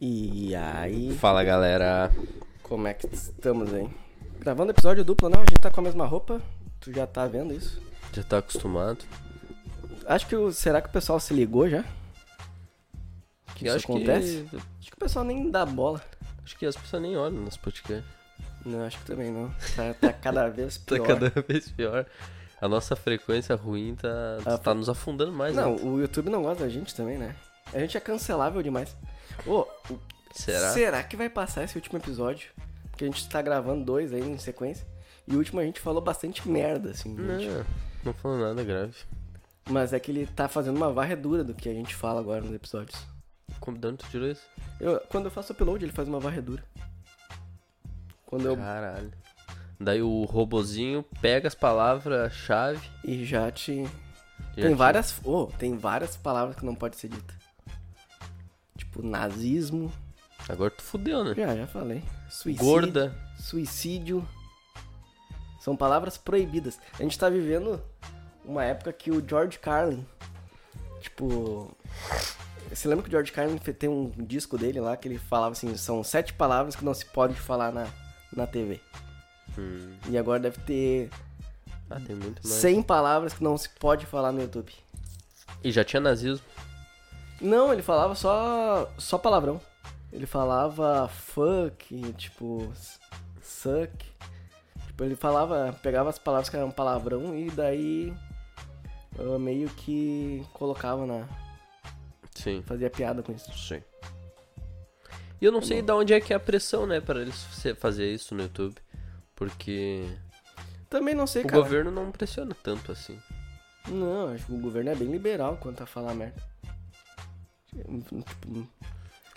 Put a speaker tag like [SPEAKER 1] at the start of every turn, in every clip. [SPEAKER 1] E aí,
[SPEAKER 2] Fala galera,
[SPEAKER 1] como é que estamos, hein? Gravando episódio duplo, não? A gente tá com a mesma roupa. Tu já tá vendo isso?
[SPEAKER 2] já tá acostumado?
[SPEAKER 1] Acho que o. Será que o pessoal se ligou já? Que
[SPEAKER 2] Eu
[SPEAKER 1] isso
[SPEAKER 2] acho
[SPEAKER 1] acontece?
[SPEAKER 2] Que,
[SPEAKER 1] Acho que o pessoal nem dá bola.
[SPEAKER 2] acho que as pessoas nem olham nos podcasts.
[SPEAKER 1] Não, acho que também não. Tá, tá cada vez
[SPEAKER 2] Tá
[SPEAKER 1] pior.
[SPEAKER 2] cada vez pior. A nossa frequência ruim tá,
[SPEAKER 1] Ah,
[SPEAKER 2] tá nos afundando mais.
[SPEAKER 1] Não,
[SPEAKER 2] né?
[SPEAKER 1] o YouTube não gosta da gente também, né? A gente é cancelável demais. Ô, o-
[SPEAKER 2] Será?
[SPEAKER 1] que vai passar esse último episódio? Porque a gente tá gravando dois aí em sequência. E o último a gente falou bastante merda, assim. gente.
[SPEAKER 2] Não, não falou nada grave.
[SPEAKER 1] Mas é que ele tá fazendo uma varredura do que a gente fala agora nos episódios.
[SPEAKER 2] Como de onde tu tirou isso?
[SPEAKER 1] Eu- quando eu faço upload, ele faz uma varredura. Quando eu.
[SPEAKER 2] Caralho. Daí o robozinho pega as palavras-chave.
[SPEAKER 1] E já te.
[SPEAKER 2] já
[SPEAKER 1] tem
[SPEAKER 2] te-
[SPEAKER 1] várias. Oh, tem várias palavras que não pode ser dita. Tipo, nazismo.
[SPEAKER 2] Agora tu fudeu, né?
[SPEAKER 1] Já, já falei. Suicídio.
[SPEAKER 2] Gorda.
[SPEAKER 1] Suicídio. São palavras proibidas. A gente tá vivendo uma época que o George Carlin, tipo. Você lembra que o George Carlin fe- tem um disco dele lá que ele falava assim: são sete palavras que não se pode falar na, na TV.
[SPEAKER 2] Hum.
[SPEAKER 1] E agora deve ter
[SPEAKER 2] Ah, tem muito mais.
[SPEAKER 1] 100 palavras que não se pode falar no YouTube.
[SPEAKER 2] E já tinha nazismo.
[SPEAKER 1] Não, ele falava só só palavrão. Ele falava fuck, tipo s- suck. Tipo, ele falava, pegava as palavras que eram palavrão e daí ah, meio que colocava na,
[SPEAKER 2] Sim.
[SPEAKER 1] fazia piada com isso.
[SPEAKER 2] Sim. E eu não sei de onde é que é a pressão, né, pra eles se- fazer isso no YouTube. Porque
[SPEAKER 1] Também não sei,
[SPEAKER 2] o
[SPEAKER 1] cara.
[SPEAKER 2] governo não pressiona tanto assim.
[SPEAKER 1] Não, acho que o governo é bem liberal quanto a falar merda. Tipo,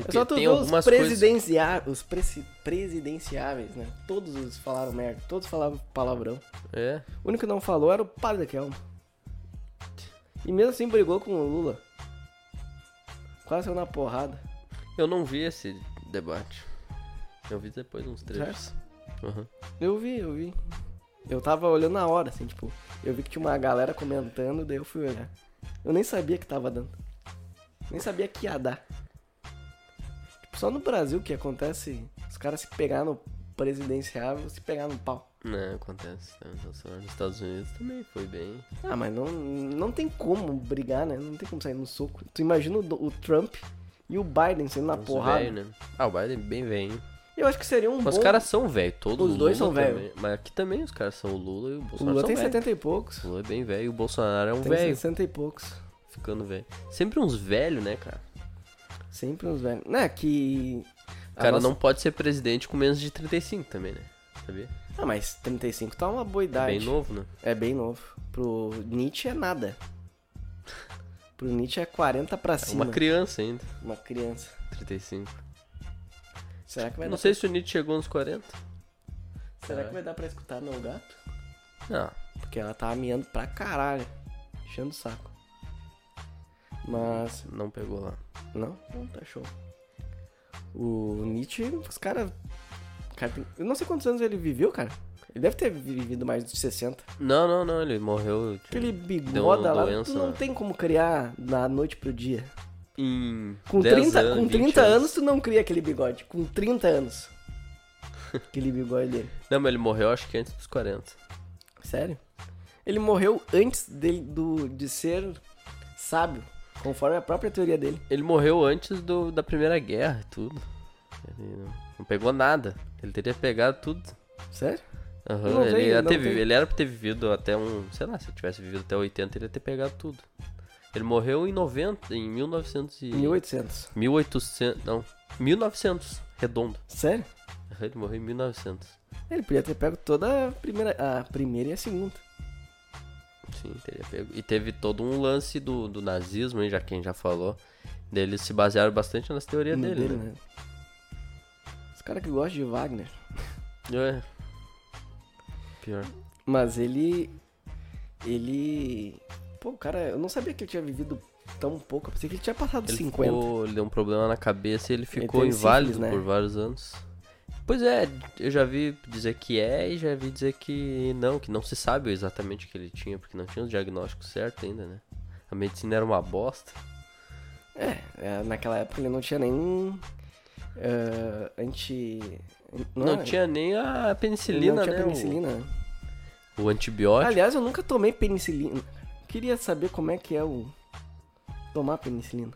[SPEAKER 1] é só tu
[SPEAKER 2] tem
[SPEAKER 1] ver os
[SPEAKER 2] algumas coisas-
[SPEAKER 1] presidencia... os presi- presidenciáveis, né? Todos eles falaram merda, todos falavam palavrão.
[SPEAKER 2] É,
[SPEAKER 1] O único que não falou era o padre Kelmo. E mesmo assim brigou com o Lula. Quase saiu na porrada.
[SPEAKER 2] eu não vi esse debate. Eu vi depois uns
[SPEAKER 1] é?
[SPEAKER 2] trechos. Aham.
[SPEAKER 1] Eu vi, eu vi. Eu tava olhando na hora, assim, tipo, eu vi que tinha uma galera comentando, daí eu fui olhar. Eu nem sabia que tava dando. Nem sabia que ia dar. Tipo, só no Brasil que acontece os caras se pegar no presidenciável, se pegar no pau.
[SPEAKER 2] Né, acontece. Né? Então, só Nos Estados Unidos também foi bem.
[SPEAKER 1] Ah, mas não, não tem como brigar, né? Não tem como sair no soco. Tu imagina o, do- o Trump e o Biden saindo na
[SPEAKER 2] Uns
[SPEAKER 1] Tá porrada.
[SPEAKER 2] velho, né? Ah, o Biden bem velho.
[SPEAKER 1] Eu acho que seria um
[SPEAKER 2] Mas
[SPEAKER 1] bom...
[SPEAKER 2] os caras são velho, todos
[SPEAKER 1] Os dois
[SPEAKER 2] Lula
[SPEAKER 1] são velho.
[SPEAKER 2] também. Mas aqui também os caras são o Lula e o
[SPEAKER 1] O
[SPEAKER 2] Bolsonaro.
[SPEAKER 1] Lula
[SPEAKER 2] são
[SPEAKER 1] tem
[SPEAKER 2] velho.
[SPEAKER 1] 70 e poucos.
[SPEAKER 2] O Lula é bem velho e o Bolsonaro é um
[SPEAKER 1] Tem
[SPEAKER 2] velho.
[SPEAKER 1] 60 e poucos.
[SPEAKER 2] Ficando velho. Sempre uns velhos, né, cara?
[SPEAKER 1] Sempre uns velhos. Né, que...
[SPEAKER 2] O
[SPEAKER 1] a
[SPEAKER 2] cara
[SPEAKER 1] nossa-
[SPEAKER 2] não pode ser presidente com menos de 35 também, né? Sabia?
[SPEAKER 1] Ah, mas 35 tá uma boa idade.
[SPEAKER 2] Bem novo, né?
[SPEAKER 1] É bem novo. Pro Nietzsche é nada. Pro Nietzsche é 40 pra
[SPEAKER 2] É
[SPEAKER 1] cima.
[SPEAKER 2] uma criança ainda,
[SPEAKER 1] Uma criança.
[SPEAKER 2] 35.
[SPEAKER 1] Será que vai
[SPEAKER 2] Não
[SPEAKER 1] dar...
[SPEAKER 2] sei se o Nietzsche chegou nos 40.
[SPEAKER 1] Será que vai dar pra escutar meu gato?
[SPEAKER 2] Não.
[SPEAKER 1] Porque ela tá miando pra caralho. Enchendo o saco. Mas.
[SPEAKER 2] Não pegou lá.
[SPEAKER 1] Não, não tá show. O Nietzsche, os caras. Cara tem- eu não sei quantos anos ele viveu, cara. Ele deve ter vivido mais de 60.
[SPEAKER 2] Não, não, não, ele morreu tipo,
[SPEAKER 1] Aquele
[SPEAKER 2] Deu uma
[SPEAKER 1] bigoda lá,
[SPEAKER 2] doença,
[SPEAKER 1] tu não
[SPEAKER 2] né?
[SPEAKER 1] tem como criar da noite pro dia.
[SPEAKER 2] em
[SPEAKER 1] Com
[SPEAKER 2] 10
[SPEAKER 1] 30,
[SPEAKER 2] anos,
[SPEAKER 1] com
[SPEAKER 2] 20
[SPEAKER 1] 30 anos. tu não cria aquele bigode. Com 30 anos. aquele bigode dele.
[SPEAKER 2] Não, mas ele morreu acho que antes dos 40.
[SPEAKER 1] Sério? Ele morreu antes dele, do, de ser sábio, conforme a própria teoria dele.
[SPEAKER 2] Ele morreu antes do, da Primeira Guerra e tudo. Ele não, não pegou nada. Ele teria pegado tudo.
[SPEAKER 1] Sério?
[SPEAKER 2] Aham,
[SPEAKER 1] Não
[SPEAKER 2] ele,
[SPEAKER 1] veio,
[SPEAKER 2] ia
[SPEAKER 1] não
[SPEAKER 2] ter
[SPEAKER 1] veio.
[SPEAKER 2] vivi- ele era pra ter vivido até um. Sei lá, se ele tivesse vivido até 80, ele ia ter pegado tudo. Ele morreu em 90, em 1900 e...
[SPEAKER 1] 1800.
[SPEAKER 2] 1800, não, 1900, redondo.
[SPEAKER 1] Sério?
[SPEAKER 2] Aham, Ele morreu em 1900.
[SPEAKER 1] Ele podia ter pego toda a primeira, a primeira e a segunda.
[SPEAKER 2] Sim, teria pego. E teve todo um lance do, do nazismo, hein, já quem já falou. Daí Eles se basearam bastante nas teorias
[SPEAKER 1] Uma
[SPEAKER 2] dele, né?
[SPEAKER 1] né? Os caras que gostam de Wagner. né?
[SPEAKER 2] É. Pior.
[SPEAKER 1] Mas ele. Ele. Pô, cara, eu não sabia que ele tinha vivido tão pouco. Eu pensei que ele tinha passado
[SPEAKER 2] Ele,
[SPEAKER 1] 50.
[SPEAKER 2] ficou, ele deu um problema na cabeça e ele ficou
[SPEAKER 1] teve
[SPEAKER 2] inválido
[SPEAKER 1] sífilis, né?
[SPEAKER 2] por vários anos. Pois é, eu já vi dizer que é e já vi dizer que não, que não se sabe exatamente o que ele tinha, porque não tinha o diagnóstico certo ainda, né? A medicina era uma bosta.
[SPEAKER 1] É, é, naquela época ele não tinha nem eh, anti.
[SPEAKER 2] Não,
[SPEAKER 1] é-
[SPEAKER 2] tinha nem a penicilina,
[SPEAKER 1] não tinha
[SPEAKER 2] né? o-
[SPEAKER 1] penicilina.
[SPEAKER 2] O, antibiótico.
[SPEAKER 1] Aliás, eu nunca tomei penicilina. Queria saber como é que é o. Tomar penicilina.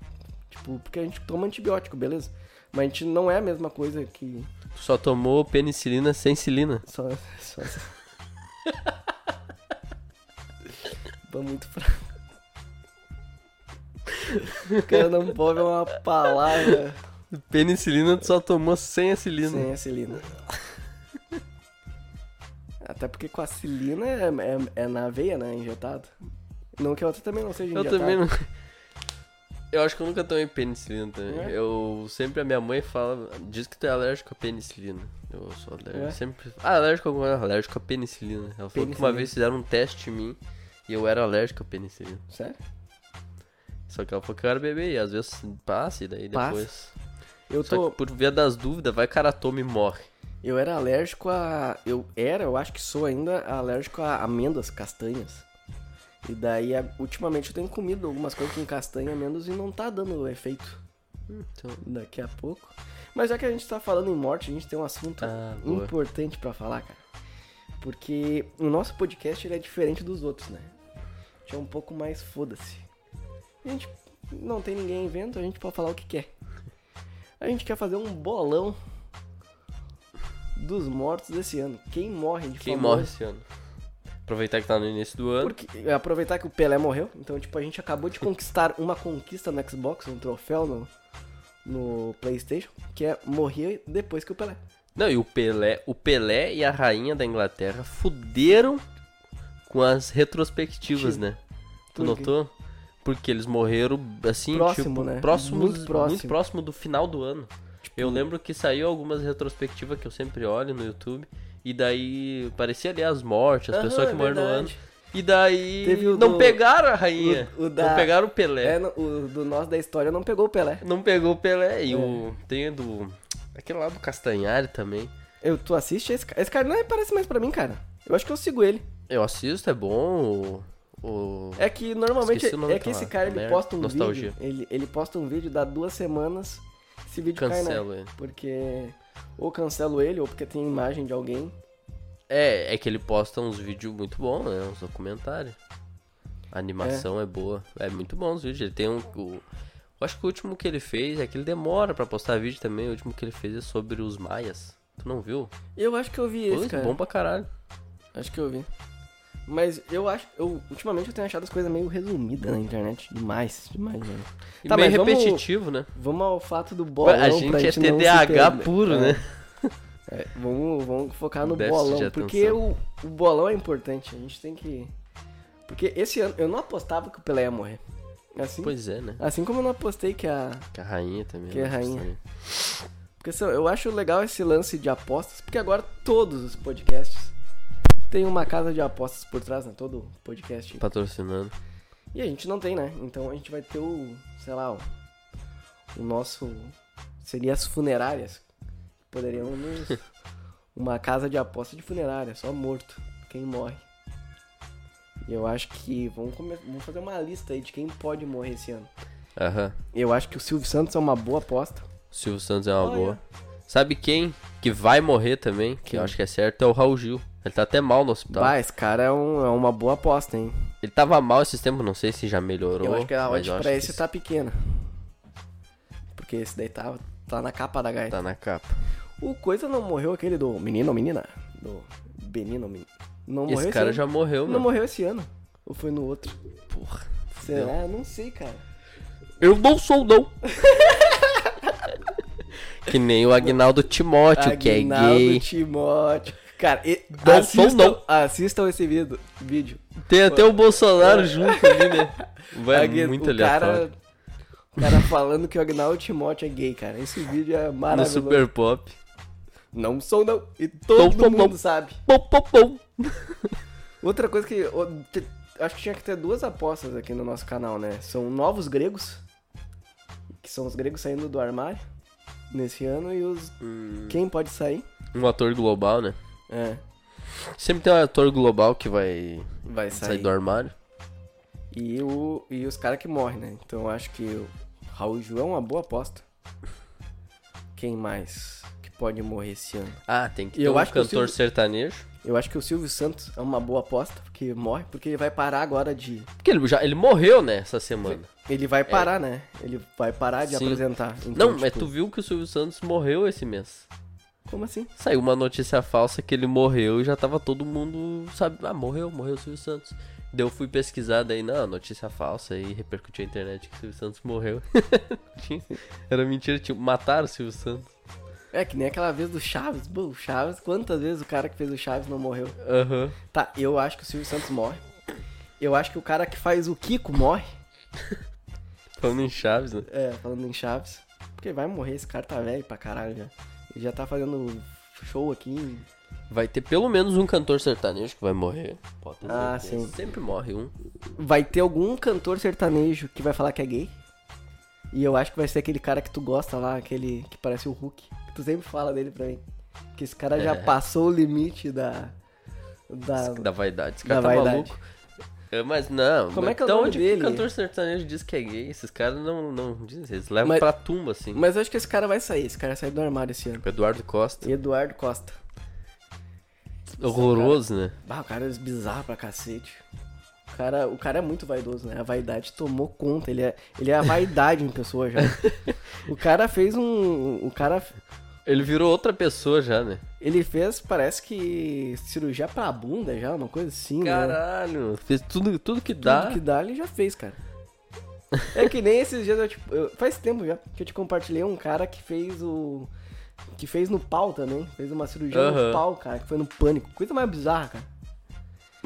[SPEAKER 1] Tipo, porque a gente toma antibiótico, beleza? Mas a gente não é a mesma coisa que.
[SPEAKER 2] Tu só tomou penicilina sem cilina.
[SPEAKER 1] Só. só... Tô muito fraco. O cara não pode é uma palavra
[SPEAKER 2] Penicilina tu só tomou sem a cilina.
[SPEAKER 1] sem a cilina. Até porque com a cilina é, é- é na veia, né? Injetado. Não que a outra também não seja
[SPEAKER 2] Eu
[SPEAKER 1] injetada.
[SPEAKER 2] também não. Eu acho que eu nunca tomei penicilina também.
[SPEAKER 1] É?
[SPEAKER 2] Eu sempre a minha mãe fala, diz que tu é alérgico à penicilina. Eu sou alérgico.
[SPEAKER 1] É?
[SPEAKER 2] Sempre. Ah, alérgico a alguma- alérgico à penicilina. Ela falou que uma
[SPEAKER 1] Penicilina.
[SPEAKER 2] vez fizeram um teste em mim e eu era alérgico à penicilina.
[SPEAKER 1] Sério?
[SPEAKER 2] Só que ela falou que eu era bebê e às vezes passa e daí
[SPEAKER 1] Passa.
[SPEAKER 2] depois.
[SPEAKER 1] Eu
[SPEAKER 2] Só
[SPEAKER 1] tô.
[SPEAKER 2] que por via das dúvidas, vai cara toma e morre.
[SPEAKER 1] Eu era alérgico a. Eu era, eu acho que sou ainda alérgico a amêndoas, castanhas. E daí, a- ultimamente eu tenho comido algumas coisas com castanha, amêndoas e não tá dando efeito
[SPEAKER 2] Então,
[SPEAKER 1] daqui a pouco. Mas já que a gente tá falando em morte, a gente tem um assunto
[SPEAKER 2] Ah, boa.
[SPEAKER 1] importante pra falar, cara. Porque o nosso podcast ele é diferente dos outros, né? A gente é um pouco mais foda-se. A gente não tem ninguém vendo, a gente pode falar o que quer. A gente quer fazer um bolão dos mortos desse ano. Quem morre de
[SPEAKER 2] quem
[SPEAKER 1] famoso?
[SPEAKER 2] morre esse ano? Aproveitar que tá no início do ano.
[SPEAKER 1] Porque, é aproveitar que o Pelé morreu, então tipo, a gente acabou de conquistar uma conquista no Xbox, um troféu no, no Playstation, que é morrer depois que o Pelé.
[SPEAKER 2] Não, e o Pelé, o Pelé e a rainha da Inglaterra fuderam com as retrospectivas,
[SPEAKER 1] Tipo,
[SPEAKER 2] né? Tu
[SPEAKER 1] por quê?
[SPEAKER 2] notou? Porque eles morreram assim,
[SPEAKER 1] Próximo,
[SPEAKER 2] tipo,
[SPEAKER 1] né?
[SPEAKER 2] próximos-
[SPEAKER 1] Muito
[SPEAKER 2] muito próximo,
[SPEAKER 1] próximo. Tipo,
[SPEAKER 2] do final do ano. Eu lembro que saiu algumas retrospectivas que eu sempre olho no YouTube e daí parecia ali as mortes, as
[SPEAKER 1] Aham,
[SPEAKER 2] pessoas que
[SPEAKER 1] é
[SPEAKER 2] morreram no ano.
[SPEAKER 1] verdade.
[SPEAKER 2] E daí
[SPEAKER 1] Teve o
[SPEAKER 2] não
[SPEAKER 1] do-
[SPEAKER 2] pegaram a rainha.
[SPEAKER 1] o- o da-
[SPEAKER 2] Não pegaram o Pelé.
[SPEAKER 1] É, no- o do nós da história não pegou o Pelé.
[SPEAKER 2] Não pegou o Pelé e
[SPEAKER 1] É.
[SPEAKER 2] o tem o do aquele lá do Castanhari também.
[SPEAKER 1] Eu, tu assiste esse cara. Esse cara não parece mais pra mim, cara. Eu acho que eu sigo ele.
[SPEAKER 2] Eu assisto, é bom. O, o-
[SPEAKER 1] É que normalmente.
[SPEAKER 2] Esqueci o nome
[SPEAKER 1] É que
[SPEAKER 2] daquela
[SPEAKER 1] esse cara ele
[SPEAKER 2] merda.
[SPEAKER 1] posta um
[SPEAKER 2] Nostalgia.
[SPEAKER 1] vídeo. Ele, ele posta um vídeo, dá duas semanas. Esse vídeo cai, né?
[SPEAKER 2] Cancelo ele.
[SPEAKER 1] Porque. Ou cancelo ele, ou porque tem imagem de alguém.
[SPEAKER 2] É, é que ele posta uns vídeos muito bons, né? Uns documentários. A animação é. boa. É muito bom os vídeos. Ele tem um. o- eu acho que o último que ele fez é que ele demora pra postar vídeo também. O último que ele fez é sobre os maias. Tu não viu?
[SPEAKER 1] Eu acho que eu vi
[SPEAKER 2] Pois,
[SPEAKER 1] esse, cara.
[SPEAKER 2] é bom pra caralho.
[SPEAKER 1] Acho que eu vi. Mas eu acho. Eu, ultimamente eu tenho achado as coisas meio resumidas na internet. Demais, demais, né?
[SPEAKER 2] E
[SPEAKER 1] Tá,
[SPEAKER 2] meio
[SPEAKER 1] mas vamos-
[SPEAKER 2] repetitivo, né?
[SPEAKER 1] Vamos ao fato do bolão.
[SPEAKER 2] a gente
[SPEAKER 1] pra
[SPEAKER 2] é
[SPEAKER 1] não se
[SPEAKER 2] TDAH
[SPEAKER 1] perder.
[SPEAKER 2] puro,
[SPEAKER 1] É.
[SPEAKER 2] né?
[SPEAKER 1] É, vamos, vamos focar no
[SPEAKER 2] Déficit de
[SPEAKER 1] bolão,
[SPEAKER 2] atenção.
[SPEAKER 1] porque o, o bolão é importante, a gente tem que... Porque esse ano, eu não apostava que o Pelé ia morrer. Assim,
[SPEAKER 2] Pois é, né?
[SPEAKER 1] assim como eu não apostei que a...
[SPEAKER 2] Que a rainha também.
[SPEAKER 1] Que a
[SPEAKER 2] né?
[SPEAKER 1] rainha. Porque se- eu acho legal esse lance de apostas, porque agora todos os podcasts têm uma casa de apostas por trás, né? Todo podcast.
[SPEAKER 2] Patrocinando.
[SPEAKER 1] E a gente não tem, né? Então a gente vai ter o, sei lá, o, o nosso... Seria as funerárias. Poderiam nos... Uma casa de aposta de funerária, só morto. Quem morre. E eu acho que... Vamos, come- vamos fazer uma lista aí de quem pode morrer esse ano.
[SPEAKER 2] Aham.
[SPEAKER 1] Eu acho que o Silvio Santos é uma boa aposta.
[SPEAKER 2] O Silvio Santos é uma
[SPEAKER 1] Olha.
[SPEAKER 2] boa. Sabe quem que vai morrer também, que eu acho que é certo, é o Raul Gil. Ele tá até mal no hospital.
[SPEAKER 1] Bah, esse cara é, um- é uma boa aposta, hein?
[SPEAKER 2] Ele tava mal esses tempos, não sei se já melhorou.
[SPEAKER 1] eu acho que a
[SPEAKER 2] mas
[SPEAKER 1] odd
[SPEAKER 2] eu acho
[SPEAKER 1] pra
[SPEAKER 2] que
[SPEAKER 1] esse tá pequena. Porque esse daí tá, tá na capa da gaita.
[SPEAKER 2] tá na capa.
[SPEAKER 1] O Coisa não morreu aquele do menino ou menina? Do Benino ou menina? Não morreu
[SPEAKER 2] esse cara
[SPEAKER 1] esse
[SPEAKER 2] já
[SPEAKER 1] ano.
[SPEAKER 2] morreu,
[SPEAKER 1] Não
[SPEAKER 2] mano.
[SPEAKER 1] morreu esse ano. Ou foi no outro?
[SPEAKER 2] Porra. fudeu.
[SPEAKER 1] Será? Eu não sei, cara.
[SPEAKER 2] Eu não sou, não. que nem o Agnaldo Timóteo, que é
[SPEAKER 1] Aguinaldo
[SPEAKER 2] gay.
[SPEAKER 1] Timóteo. Cara, e,
[SPEAKER 2] Não
[SPEAKER 1] assistam,
[SPEAKER 2] sou, não.
[SPEAKER 1] assistam esse vídeo. vídeo.
[SPEAKER 2] Tem até o Bolsonaro junto ali, né? Vai
[SPEAKER 1] Agui-
[SPEAKER 2] muito
[SPEAKER 1] o
[SPEAKER 2] aleatório.
[SPEAKER 1] cara, o cara falando que o Agnaldo Timóteo é gay, cara. Esse vídeo é
[SPEAKER 2] No
[SPEAKER 1] maravilhoso.
[SPEAKER 2] Super Pop.
[SPEAKER 1] Não sou, não. E todo
[SPEAKER 2] sou,
[SPEAKER 1] mundo
[SPEAKER 2] não.
[SPEAKER 1] sabe.
[SPEAKER 2] Pom, pom, pom.
[SPEAKER 1] Outra coisa que. eu- te- Acho que tinha que ter duas apostas aqui no nosso canal, né? São novos gregos. Que são os gregos saindo do armário nesse ano e os. Quem pode sair?
[SPEAKER 2] Um ator global, né?
[SPEAKER 1] Hum. É.
[SPEAKER 2] Sempre tem um ator global que vai
[SPEAKER 1] Vai
[SPEAKER 2] sair
[SPEAKER 1] sair.
[SPEAKER 2] do armário.
[SPEAKER 1] E, o, e os caras que morrem, né? Então eu acho que o Raul Ju é uma boa aposta. Quem mais que pode morrer esse ano?
[SPEAKER 2] Ah, tem que
[SPEAKER 1] E
[SPEAKER 2] ter
[SPEAKER 1] eu
[SPEAKER 2] um
[SPEAKER 1] acho que o Silvio-
[SPEAKER 2] cantor sertanejo.
[SPEAKER 1] Eu acho que o Silvio Santos é uma boa aposta, porque morre, porque ele vai parar agora de.
[SPEAKER 2] Porque ele, já, ele morreu, né, essa semana.
[SPEAKER 1] Ele vai parar, né? Ele vai parar de
[SPEAKER 2] É. Sim.
[SPEAKER 1] apresentar. Então,
[SPEAKER 2] Não, mas
[SPEAKER 1] tipo,
[SPEAKER 2] tu viu que o Silvio Santos morreu esse mês.
[SPEAKER 1] Como assim?
[SPEAKER 2] Saiu uma notícia falsa que ele morreu e já tava todo mundo, sabe, ah, morreu, morreu o Silvio Santos. Daí eu fui pesquisar daí, não, notícia falsa e repercutiu a internet que o Silvio Santos morreu. Tinha- Era mentira, tipo, mataram o Silvio Santos.
[SPEAKER 1] É que nem aquela vez do Chaves. Bom, o Chaves, quantas vezes o cara que fez o Chaves não morreu?
[SPEAKER 2] Aham.
[SPEAKER 1] Tá, eu acho que o Silvio Santos morre. Eu acho que o cara que faz o Kiko morre.
[SPEAKER 2] Falando em Chaves, né?
[SPEAKER 1] É, falando em Chaves. Porque vai morrer, esse cara tá velho pra caralho já. Ele já tá fazendo show aqui. em-
[SPEAKER 2] Vai ter pelo menos um cantor sertanejo que vai morrer. Pode ter
[SPEAKER 1] Ah,
[SPEAKER 2] certeza.
[SPEAKER 1] sim.
[SPEAKER 2] Sempre morre um.
[SPEAKER 1] Vai ter algum cantor sertanejo que vai falar que é gay. E eu acho que vai ser aquele cara que tu gosta lá, aquele que parece o Hulk. Que tu sempre fala dele pra mim. Que esse cara já
[SPEAKER 2] É.
[SPEAKER 1] passou o limite da. Da.
[SPEAKER 2] Da vaidade. Esse
[SPEAKER 1] Da
[SPEAKER 2] cara tá
[SPEAKER 1] Ah, vaidade.
[SPEAKER 2] maluco. É, mas não,
[SPEAKER 1] Como
[SPEAKER 2] mas
[SPEAKER 1] é que é o
[SPEAKER 2] da
[SPEAKER 1] nome
[SPEAKER 2] onde
[SPEAKER 1] dele?
[SPEAKER 2] que o cantor sertanejo diz que é gay? Esses caras não, não dizem, eles levam
[SPEAKER 1] Mas-
[SPEAKER 2] pra tumba, assim.
[SPEAKER 1] Mas eu acho que esse cara vai sair, esse cara saiu do armário esse ano.
[SPEAKER 2] Eduardo Costa.
[SPEAKER 1] Eduardo Costa.
[SPEAKER 2] Horroroso, né?
[SPEAKER 1] Bah, o cara é bizarro pra cacete. O cara, o cara é muito vaidoso, né? A vaidade tomou conta. Ele é, ele é a vaidade em pessoa já. O cara fez um. O cara.
[SPEAKER 2] Ele virou outra pessoa já, né?
[SPEAKER 1] Ele fez, parece que. cirurgia pra bunda já, uma coisa assim. né?
[SPEAKER 2] Caralho, fez tudo, tudo que
[SPEAKER 1] Tudo
[SPEAKER 2] dá.
[SPEAKER 1] que dá, ele já fez, cara. É que nem esses dias eu, tipo, eu- faz tempo já que eu te compartilhei um cara que fez o que fez no pau também, fez uma cirurgia no
[SPEAKER 2] Aham.
[SPEAKER 1] pau, cara, que foi no pânico. Coisa mais bizarra, cara.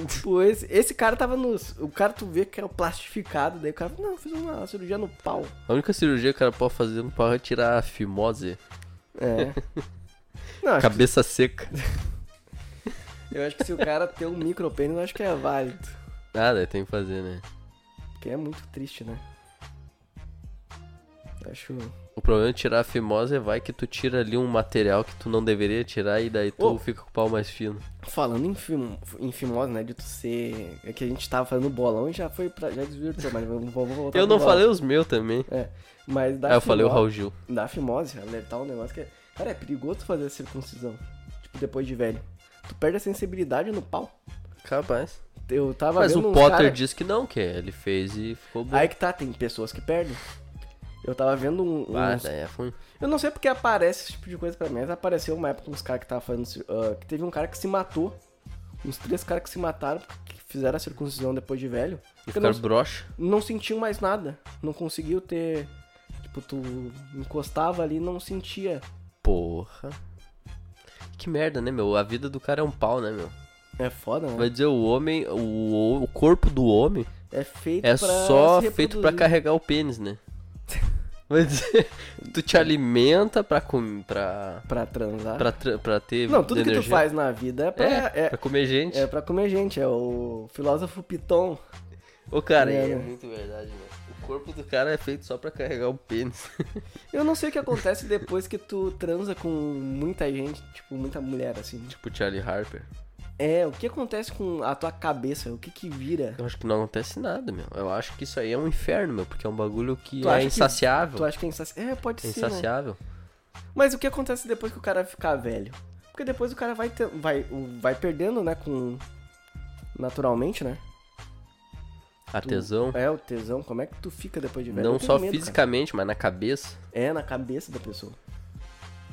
[SPEAKER 1] Tipo, esse, esse cara tava no o cara tu vê que era plastificado, daí o cara, não, eu fiz uma cirurgia no pau.
[SPEAKER 2] A única cirurgia que o cara pode fazer no pau é tirar a fimose,
[SPEAKER 1] É. Não, acho que-
[SPEAKER 2] cabeça seca.
[SPEAKER 1] eu acho que se o cara ter um micropênis, eu acho que é válido.
[SPEAKER 2] Nada, tem que fazer, né?
[SPEAKER 1] Porque é muito triste, né? Acho
[SPEAKER 2] O problema de tirar a fimose é vai que tu tira ali um material que tu não deveria tirar e daí tu
[SPEAKER 1] Ô. Tá
[SPEAKER 2] fica com o pau mais fino.
[SPEAKER 1] Falando em, fim, em fimose, né? De tu ser. É que a gente tava fazendo bolão e já foi pra. Já desvirtuou, mas vamos, vamos voltar.
[SPEAKER 2] Eu
[SPEAKER 1] pro
[SPEAKER 2] não
[SPEAKER 1] bolão.
[SPEAKER 2] falei os meus também.
[SPEAKER 1] É. Mas da
[SPEAKER 2] Ah, eu falei o
[SPEAKER 1] fimose-
[SPEAKER 2] Raul Gil.
[SPEAKER 1] Da fimose, alertar um negócio que é. Cara, é perigoso tu fazer a circuncisão. Tipo, depois de velho. Tu perde a sensibilidade no pau.
[SPEAKER 2] Capaz.
[SPEAKER 1] Eu tava
[SPEAKER 2] Mas o
[SPEAKER 1] vendo uns
[SPEAKER 2] Potter
[SPEAKER 1] cara-
[SPEAKER 2] disse que não, que ele fez e ficou bom.
[SPEAKER 1] Aí que tá, tem pessoas que perdem. Eu tava vendo um.
[SPEAKER 2] Ah,
[SPEAKER 1] uns-
[SPEAKER 2] daí é ruim.
[SPEAKER 1] Eu não sei porque aparece esse tipo de coisa pra mim, mas apareceu uma época uns caras que tava falando. ah, que teve um cara que se matou. Uns três caras que se mataram, que fizeram a circuncisão depois de velho.
[SPEAKER 2] E
[SPEAKER 1] Porque não-
[SPEAKER 2] ficaram broxa.
[SPEAKER 1] não sentiu mais nada. Não conseguiu ter. Tipo, tu encostava ali e não sentia.
[SPEAKER 2] Porra. Que merda, né, meu? A vida do cara é um pau, né, meu?
[SPEAKER 1] É foda, né?
[SPEAKER 2] Vai dizer, o homem, o, o corpo do homem
[SPEAKER 1] É feito
[SPEAKER 2] é
[SPEAKER 1] pra
[SPEAKER 2] só
[SPEAKER 1] se
[SPEAKER 2] feito
[SPEAKER 1] reproduzir.
[SPEAKER 2] pra carregar o pênis, né? Vai dizer, tu te alimenta pra comer, pra,
[SPEAKER 1] Pra transar.
[SPEAKER 2] pra, tra- pra ter
[SPEAKER 1] Não, tudo que tu
[SPEAKER 2] energia.
[SPEAKER 1] faz na vida é pra.
[SPEAKER 2] É,
[SPEAKER 1] É,
[SPEAKER 2] pra comer gente.
[SPEAKER 1] é pra comer gente. É o filósofo Piton.
[SPEAKER 2] Ô, cara,
[SPEAKER 1] É,
[SPEAKER 2] é,
[SPEAKER 1] né?
[SPEAKER 2] muito verdade, né? O corpo do cara é feito só pra carregar o pênis.
[SPEAKER 1] Eu não sei o que acontece depois que tu transa com muita gente, tipo, muita mulher, assim.
[SPEAKER 2] tipo Charlie Harper.
[SPEAKER 1] É, o que acontece com a tua cabeça? O que que vira?
[SPEAKER 2] Eu acho que não acontece nada, meu. Eu acho que isso aí é um inferno, meu, porque é um bagulho que
[SPEAKER 1] Tu acha
[SPEAKER 2] é
[SPEAKER 1] que-
[SPEAKER 2] insaciável.
[SPEAKER 1] Tu acha que é insaciável? É, pode
[SPEAKER 2] É
[SPEAKER 1] ser. né?
[SPEAKER 2] insaciável.
[SPEAKER 1] Mas o que acontece depois que o cara ficar velho? Porque depois o cara vai, ter- vai, o- vai perdendo, né? Com. Naturalmente, né?
[SPEAKER 2] A tesão,
[SPEAKER 1] É, o tesão. Como é que tu fica depois de velho?
[SPEAKER 2] não
[SPEAKER 1] Eu tenho
[SPEAKER 2] só
[SPEAKER 1] medo, cara.
[SPEAKER 2] fisicamente, mas na cabeça.
[SPEAKER 1] É, na cabeça da pessoa.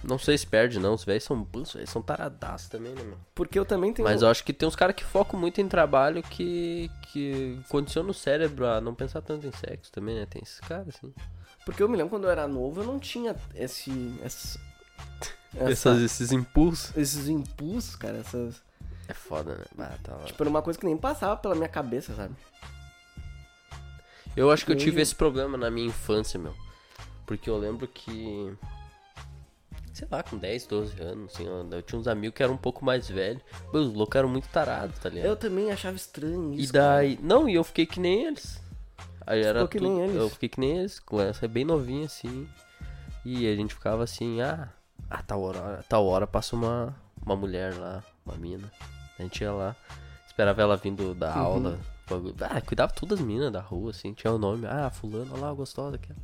[SPEAKER 2] Não sei se perde, não. Os velhos são os velhos são taradaços também, né, meu?
[SPEAKER 1] Porque eu também tenho.
[SPEAKER 2] Mas eu acho que tem uns caras que focam muito em trabalho que, que condiciona o cérebro a não pensar tanto em sexo também, né? Tem esses caras, assim.
[SPEAKER 1] Porque eu me lembro quando eu era novo, eu não tinha esse. essa- essa-
[SPEAKER 2] Essas- esses impulsos.
[SPEAKER 1] Esses impulsos, cara. Essas.
[SPEAKER 2] É foda, né? Ah, tá lá.
[SPEAKER 1] Tipo, era uma coisa que nem passava pela minha cabeça, sabe?
[SPEAKER 2] Eu acho que eu
[SPEAKER 1] Hoje-
[SPEAKER 2] tive esse problema na minha infância, meu. Porque eu lembro que. Sei lá, com 10, 12 anos, assim, eu eu tinha uns amigos que eram um pouco mais velhos. Meu, os loucos eram muito tarados, tá ligado?
[SPEAKER 1] Eu também achava estranho
[SPEAKER 2] E
[SPEAKER 1] isso.
[SPEAKER 2] daí. Não, e eu fiquei que nem eles. Aí era
[SPEAKER 1] né? ficou que
[SPEAKER 2] tudo-
[SPEAKER 1] nem eles?
[SPEAKER 2] Eu fiquei que nem eles, com essa bem novinha assim. E a gente ficava assim, ah, a tal hora, a tal hora passa uma, uma mulher lá, uma mina. A gente ia lá, esperava ela vindo da
[SPEAKER 1] Uhum.
[SPEAKER 2] aula. bagulho. Ah, cuidava todas as minas da rua, assim, tinha o nome. Ah, fulano, olha lá, gostosa aquela.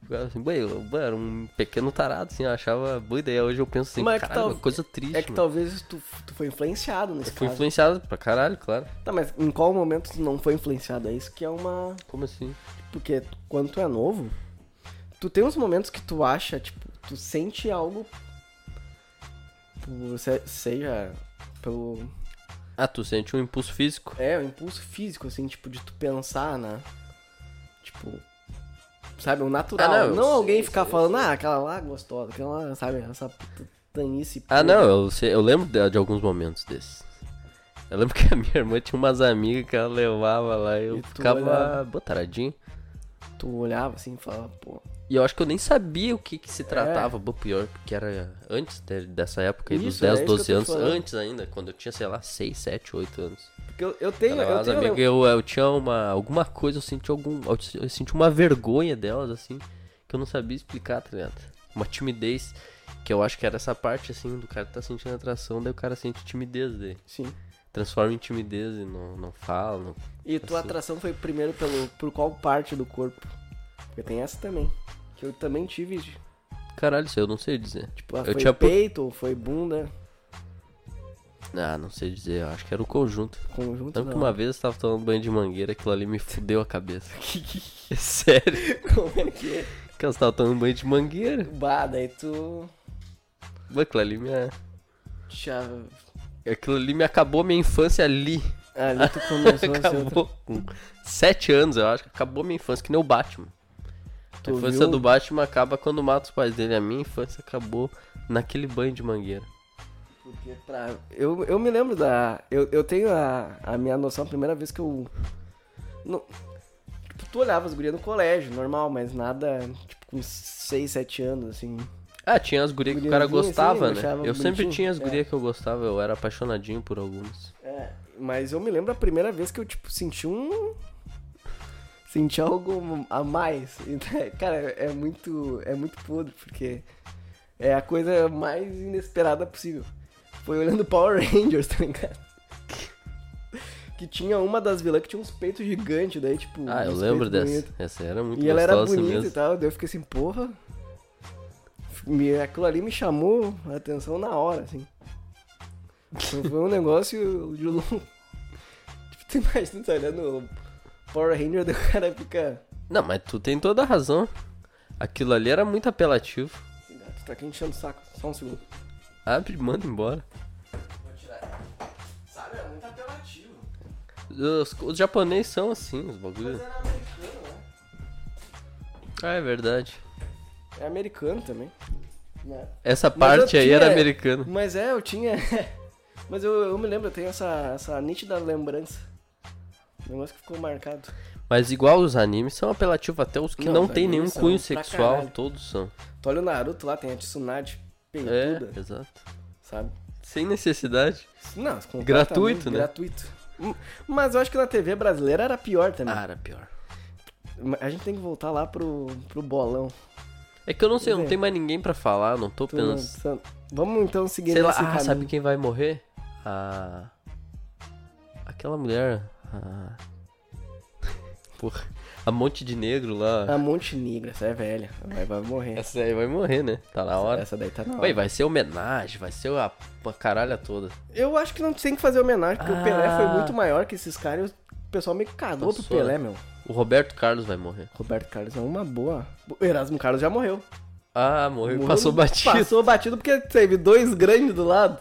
[SPEAKER 2] Ficava assim, "Bem, eu, bem, era um pequeno tarado, assim, eu achava boa ideia. Hoje eu penso assim,
[SPEAKER 1] Mas é que
[SPEAKER 2] caralho,
[SPEAKER 1] tal-
[SPEAKER 2] uma coisa triste,
[SPEAKER 1] É que
[SPEAKER 2] mano."
[SPEAKER 1] talvez tu, tu foi influenciado nesse
[SPEAKER 2] Eu fui
[SPEAKER 1] caso.
[SPEAKER 2] influenciado pra caralho, claro.
[SPEAKER 1] Tá, mas em qual momento tu não foi influenciado? É isso que é uma...
[SPEAKER 2] Como assim?
[SPEAKER 1] Porque tu- quando tu é novo, tu tem uns momentos que tu acha, tipo, tu sente algo. Por, se- seja pelo.
[SPEAKER 2] Ah, tu sente um impulso físico.
[SPEAKER 1] É, o impulso físico, assim, tipo, de tu pensar na. Tipo. Sabe, o natural.
[SPEAKER 2] Ah, não,
[SPEAKER 1] não
[SPEAKER 2] eu sei,
[SPEAKER 1] alguém
[SPEAKER 2] eu
[SPEAKER 1] ficar
[SPEAKER 2] sei, eu
[SPEAKER 1] falando, ah, aquela lá é gostosa, aquela lá, sabe, essa putanice.
[SPEAKER 2] Ah, não, eu, sei- eu lembro de, de alguns momentos desses. Eu lembro que a minha irmã tinha umas amigas que ela levava lá e eu
[SPEAKER 1] E tu
[SPEAKER 2] ficava
[SPEAKER 1] olhava.
[SPEAKER 2] botaradinho.
[SPEAKER 1] Tu olhava assim e falava, pô.
[SPEAKER 2] E eu acho que eu nem sabia o que, que
[SPEAKER 1] É.
[SPEAKER 2] se tratava. Bom, pior, porque era antes de- dessa época, aí, dos
[SPEAKER 1] Isso, é
[SPEAKER 2] 10,
[SPEAKER 1] isso que eu
[SPEAKER 2] 12
[SPEAKER 1] tô
[SPEAKER 2] anos.
[SPEAKER 1] falando.
[SPEAKER 2] Antes ainda, quando eu tinha, sei lá, 6, 7, 8 anos.
[SPEAKER 1] Porque eu, eu tenho.
[SPEAKER 2] Ela,
[SPEAKER 1] Eu
[SPEAKER 2] as
[SPEAKER 1] tenho um
[SPEAKER 2] amigas, eu, eu tinha uma. Alguma coisa, eu senti algum. Eu se- eu senti uma vergonha delas, assim, que eu não sabia explicar, tá ligado? Uma timidez. Que eu acho que era essa parte, assim, do cara tá sentindo atração, daí o cara sente timidez dele.
[SPEAKER 1] Sim.
[SPEAKER 2] Transforma em timidez e não, não fala. Não...
[SPEAKER 1] E tua
[SPEAKER 2] Assim.
[SPEAKER 1] atração foi primeiro pelo, por qual parte do corpo? Porque tem essa também. Que eu também tive. de-
[SPEAKER 2] Caralho, isso eu não sei dizer.
[SPEAKER 1] Tipo, ah,
[SPEAKER 2] Eu
[SPEAKER 1] foi
[SPEAKER 2] tinha pu-
[SPEAKER 1] peito, ou foi bunda,
[SPEAKER 2] Ah, não sei dizer, eu acho que era o conjunto.
[SPEAKER 1] conjunto.
[SPEAKER 2] Tanto que
[SPEAKER 1] Não.
[SPEAKER 2] uma vez eu tava tomando banho de mangueira, aquilo ali me fudeu a cabeça. É Sério,
[SPEAKER 1] Como é que é?
[SPEAKER 2] que eu tava tomando banho de mangueira.
[SPEAKER 1] Bah, daí tu.
[SPEAKER 2] Bah, Aquilo ali me,
[SPEAKER 1] Já...
[SPEAKER 2] aquilo ali me acabou a minha infância ali.
[SPEAKER 1] Ali tu começou a ser. outra-
[SPEAKER 2] Acabou com sete anos, eu acho que acabou minha infância, que nem o Batman.
[SPEAKER 1] Tu
[SPEAKER 2] a infância
[SPEAKER 1] viu? um
[SPEAKER 2] do Batman acaba quando mata os pais dele. A minha infância acabou naquele banho de mangueira.
[SPEAKER 1] Porque pra... eu, eu me lembro da. Eu, eu tenho a, a minha noção, a primeira vez que eu. Não... Tipo, tu olhava as gurias no colégio, normal, mas nada, tipo, com 6, 7 anos, assim.
[SPEAKER 2] Ah, tinha as gurias que o cara
[SPEAKER 1] Guriazinha,
[SPEAKER 2] gostava,
[SPEAKER 1] assim,
[SPEAKER 2] né?
[SPEAKER 1] achava
[SPEAKER 2] Eu sempre
[SPEAKER 1] bonitinho,
[SPEAKER 2] tinha as
[SPEAKER 1] é.
[SPEAKER 2] gurias que eu gostava, eu era apaixonadinho por algumas.
[SPEAKER 1] É, mas eu me lembro a primeira vez que eu, tipo, senti um. Senti algo a mais. Então, é- Cara, é muito. É muito podre, porque é a coisa mais inesperada possível. Foi olhando Power Rangers, tá ligado? Que tinha uma das vilãs que tinha uns peitos gigantes, daí, tipo.
[SPEAKER 2] Ah, eu
[SPEAKER 1] uns peitos
[SPEAKER 2] lembro dessa.
[SPEAKER 1] bonitos.
[SPEAKER 2] Essa era muito
[SPEAKER 1] E ela era
[SPEAKER 2] gostosa
[SPEAKER 1] bonita e
[SPEAKER 2] mesmo.
[SPEAKER 1] tal, daí eu fiquei assim, porra. Me, aquilo ali me chamou a atenção na hora, assim. Então foi um negócio de louco. Tipo, tu imagina tu olhando o Power Ranger, daí o cara fica.
[SPEAKER 2] Não, mas tu tem toda a razão. Aquilo ali era muito apelativo.
[SPEAKER 1] "Esse gato tá aqui enchendo o saco, só um segundo.
[SPEAKER 2] Abre e manda embora.
[SPEAKER 1] Vou tirar. Sabe, é muito apelativo.
[SPEAKER 2] Os, os japoneses são assim, os bagulhos.
[SPEAKER 1] era americano, né?
[SPEAKER 2] Ah, é verdade.
[SPEAKER 1] É americano também. Né?
[SPEAKER 2] Essa
[SPEAKER 1] Mas eu
[SPEAKER 2] parte aí era
[SPEAKER 1] tinha-
[SPEAKER 2] americana.
[SPEAKER 1] Mas é, eu tinha. Mas eu, eu me lembro, eu tenho essa, essa nítida lembrança. Um negócio que ficou marcado.
[SPEAKER 2] Mas igual os animes, são apelativos até os que
[SPEAKER 1] Não,
[SPEAKER 2] não,
[SPEAKER 1] os
[SPEAKER 2] tem
[SPEAKER 1] animes
[SPEAKER 2] nenhum
[SPEAKER 1] são
[SPEAKER 2] cunho
[SPEAKER 1] pra
[SPEAKER 2] sexual,
[SPEAKER 1] caralho.
[SPEAKER 2] todos são.
[SPEAKER 1] Tu olha o Naruto lá, tem a Tsunade
[SPEAKER 2] É,
[SPEAKER 1] peituda,
[SPEAKER 2] exato.
[SPEAKER 1] sabe?
[SPEAKER 2] Sem necessidade.
[SPEAKER 1] Não, completamente
[SPEAKER 2] Gratuito, né?
[SPEAKER 1] Gratuito. Hum, Mas eu acho que na TV brasileira era pior também.
[SPEAKER 2] Ah, era pior.
[SPEAKER 1] A gente tem que voltar lá pro, pro bolão.
[SPEAKER 2] É que eu não sei, eu não
[SPEAKER 1] Pois é.
[SPEAKER 2] tenho mais ninguém pra falar, não tô
[SPEAKER 1] Tu não-
[SPEAKER 2] pensando.
[SPEAKER 1] Vamos então seguir
[SPEAKER 2] Sei lá,
[SPEAKER 1] nesse
[SPEAKER 2] ah,
[SPEAKER 1] caminho.
[SPEAKER 2] sabe quem vai morrer? A. Aquela mulher. A. Porra. A Monte de Negro lá.
[SPEAKER 1] A Montenegro, essa é velha. Vai, vai morrer.
[SPEAKER 2] Essa aí vai morrer, né? Tá na hora.
[SPEAKER 1] Essa daí tá na hora.
[SPEAKER 2] Ué, vai ser homenagem, vai ser a, a caralha toda.
[SPEAKER 1] Eu acho que não tem que fazer homenagem, porque
[SPEAKER 2] Ah.
[SPEAKER 1] o Pelé foi muito maior que esses caras. e O pessoal meio que cagou pro
[SPEAKER 2] Passou, né?
[SPEAKER 1] Pelé, meu.
[SPEAKER 2] O Roberto Carlos vai morrer.
[SPEAKER 1] Roberto Carlos é uma boa. O Erasmo Carlos já morreu.
[SPEAKER 2] Ah, morreu,
[SPEAKER 1] Morreu-
[SPEAKER 2] passou batido.
[SPEAKER 1] Passou batido porque teve dois grandes do lado.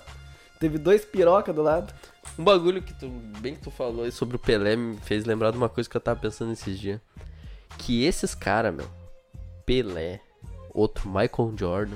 [SPEAKER 1] Teve dois piroca do lado.
[SPEAKER 2] Um bagulho que tu, bem que tu falou aí sobre o Pelé me fez lembrar de uma coisa que eu tava pensando esses dias. Que esses caras, meu, Pelé, outro Michael Jordan.